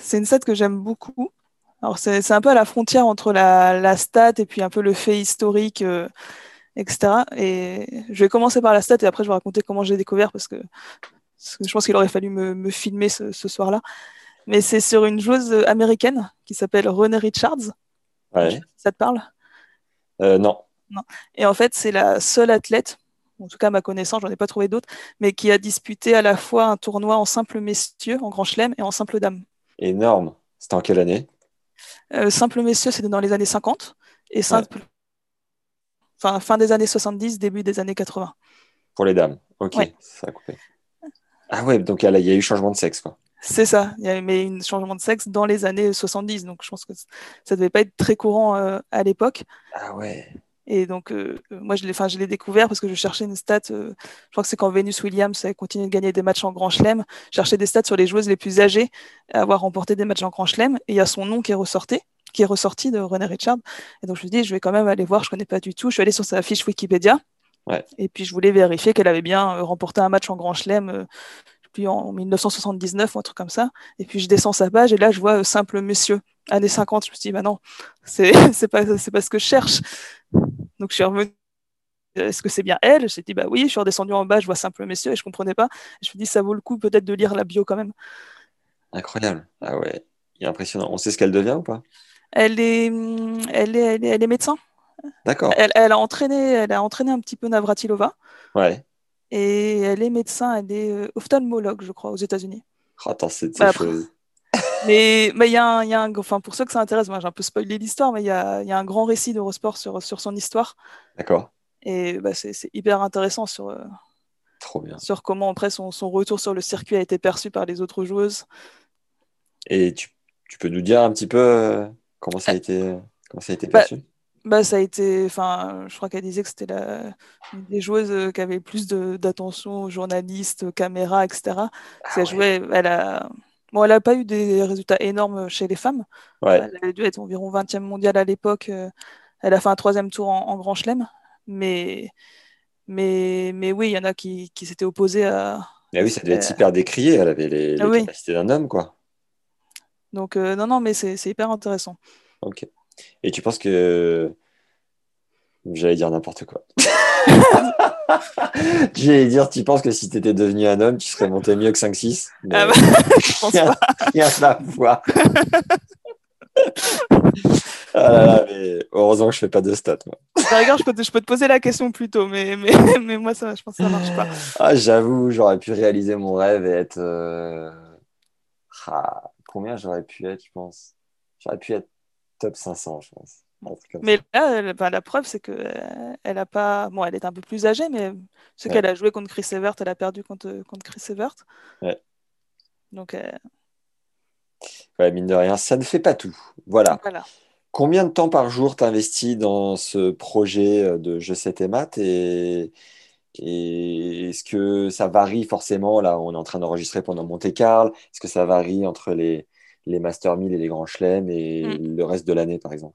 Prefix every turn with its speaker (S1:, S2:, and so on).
S1: C'est une stat que j'aime beaucoup. Alors, c'est c'est un peu à la frontière entre la, la stat et puis un peu le fait historique, euh, etc. Et je vais commencer par la stat et après, je vais raconter comment j'ai découvert parce que, parce que je pense qu'il aurait fallu me, me filmer ce, ce soir-là. Mais c'est sur une joueuse américaine qui s'appelle Renée Richards.
S2: Ouais.
S1: Ça te parle
S2: Euh, non.
S1: Et en fait, c'est la seule athlète, en tout cas à ma connaissance, j'en ai pas trouvé d'autres, mais qui a disputé à la fois un tournoi en simple messieurs, en grand chelem, et en simple dame.
S2: Énorme. C'était en quelle année?
S1: Euh, simple messieurs, c'était dans les années 50, et simple. Enfin, fin des années 70, début des années 80.
S2: Pour les dames. Ok,
S1: Ouais.
S2: ça a coupé. Ah ouais, donc elle a- il y a eu changement de sexe, quoi.
S1: C'est ça, il y avait mais un changement de sexe dans les années 70, donc je pense que c- ça devait pas être très courant euh, à l'époque.
S2: Ah ouais.
S1: Et donc, euh, euh, moi, je l'ai, enfin, je l'ai découvert parce que je cherchais une stat. euh, je crois que c'est quand Venus Williams a continué de gagner des matchs en Grand Chelem. Je cherchais des stats sur les joueuses les plus âgées à avoir remporté des matchs en Grand Chelem. Et il y a son nom qui est ressorti, qui est ressorti de René Richard. Et donc, je me dis, je vais quand même aller voir. Je connais pas du tout. Je suis allée sur sa fiche Wikipédia.
S2: Ouais.
S1: Et puis, je voulais vérifier qu'elle avait bien euh, remporté un match en Grand Chelem. euh, puis en 1979 ou un truc comme ça. Et puis je descends sa page et là je vois euh, simple monsieur, années 50. Je me dis, bah non, c'est c'est pas, c'est pas ce que je cherche. Donc je suis revenue. euh, Est-ce que c'est bien elle J'ai dit, bah oui, je suis redescendue en bas, je vois simple monsieur et je comprenais pas. Je me dis, ça vaut le coup peut-être de lire la bio quand même.
S2: Incroyable. Ah ouais. Il est impressionnant. On sait ce qu'elle devient ou pas?
S1: Elle est, hum, elle est, elle est, elle est médecin.
S2: D'accord.
S1: Elle, elle a entraîné, elle a entraîné un petit peu Navratilova
S2: Ouais.
S1: et elle est médecin, elle est euh, ophtalmologue, je crois, aux États-Unis.
S2: Oh, Attends, c'est de
S1: Bah,
S2: ces
S1: après-
S2: choses.
S1: Mais mais il y a un, il y a un, enfin pour ceux que ça intéresse, moi j'ai un peu spoilé l'histoire, mais il y a, il y a un grand récit d'Eurosport sur, sur son histoire
S2: D'accord.
S1: et bah, c'est c'est hyper intéressant sur, euh,
S2: Trop bien.
S1: sur comment après son, son retour sur le circuit a été perçu par les autres joueuses.
S2: Et tu, tu peux nous dire un petit peu euh, comment ça a été, comment ça a été
S1: Bah,
S2: perçu?
S1: Bah ça a été, enfin je crois qu'elle disait que c'était la une des joueuses euh, qui avait le plus de- d'attention aux journalistes, aux caméras, etc. Parce
S2: Ah
S1: qu'elle jouait, elle a, bon elle a pas eu des résultats énormes euh, chez les femmes.
S2: ouais. Ouais.
S1: Elle a dû être environ 20e mondiale à l'époque. euh, Elle a fait un troisième tour en, en Grand Chelem. Mais, mais, mais oui, il y en a qui, qui s'étaient opposés à.
S2: Ah oui, ça devait être
S1: Euh,
S2: hyper décrié. Elle avait les, les
S1: ah oui.
S2: capacités d'un homme, quoi.
S1: Donc, euh, non, non, mais c'est c'est hyper intéressant.
S2: Ok. Et tu penses que j'allais dire n'importe quoi. J'allais dire, tu penses que si t'étais devenu un homme, tu serais monté mieux que 5-6? Mais
S1: Ah bah, je pense
S2: rien,
S1: pas.
S2: rien à voir. Ah là là, mais heureusement que je fais pas de stats, moi.
S1: Par ailleurs, je peux, te, je peux te poser la question plus tôt, mais, mais, mais moi, ça, je pense que ça marche pas.
S2: Ah, j'avoue, j'aurais pu réaliser mon rêve et être. euh, ah, combien j'aurais pu être, je pense? J'aurais pu être top 500, je pense. Un truc comme
S1: Mais là, elle- bah, la preuve, c'est que euh, elle a pas. Bon, elle est un peu plus âgée, mais ce
S2: Ouais.
S1: qu'elle a joué contre Chris Evert, elle a perdu contre, contre Chris Evert.
S2: Ouais.
S1: Donc, euh,
S2: ça. Ouais, mine de rien, ça ne fait pas tout. Voilà.
S1: voilà.
S2: Combien de temps par jour t'investis dans ce projet euh, de Je sais tes maths et, et est-ce que ça varie forcément? Là, on est en train d'enregistrer pendant Monte-Carlo. Est-ce que ça varie entre les, les Master 1000 et les Grands Chelems et le reste de l'année, par exemple?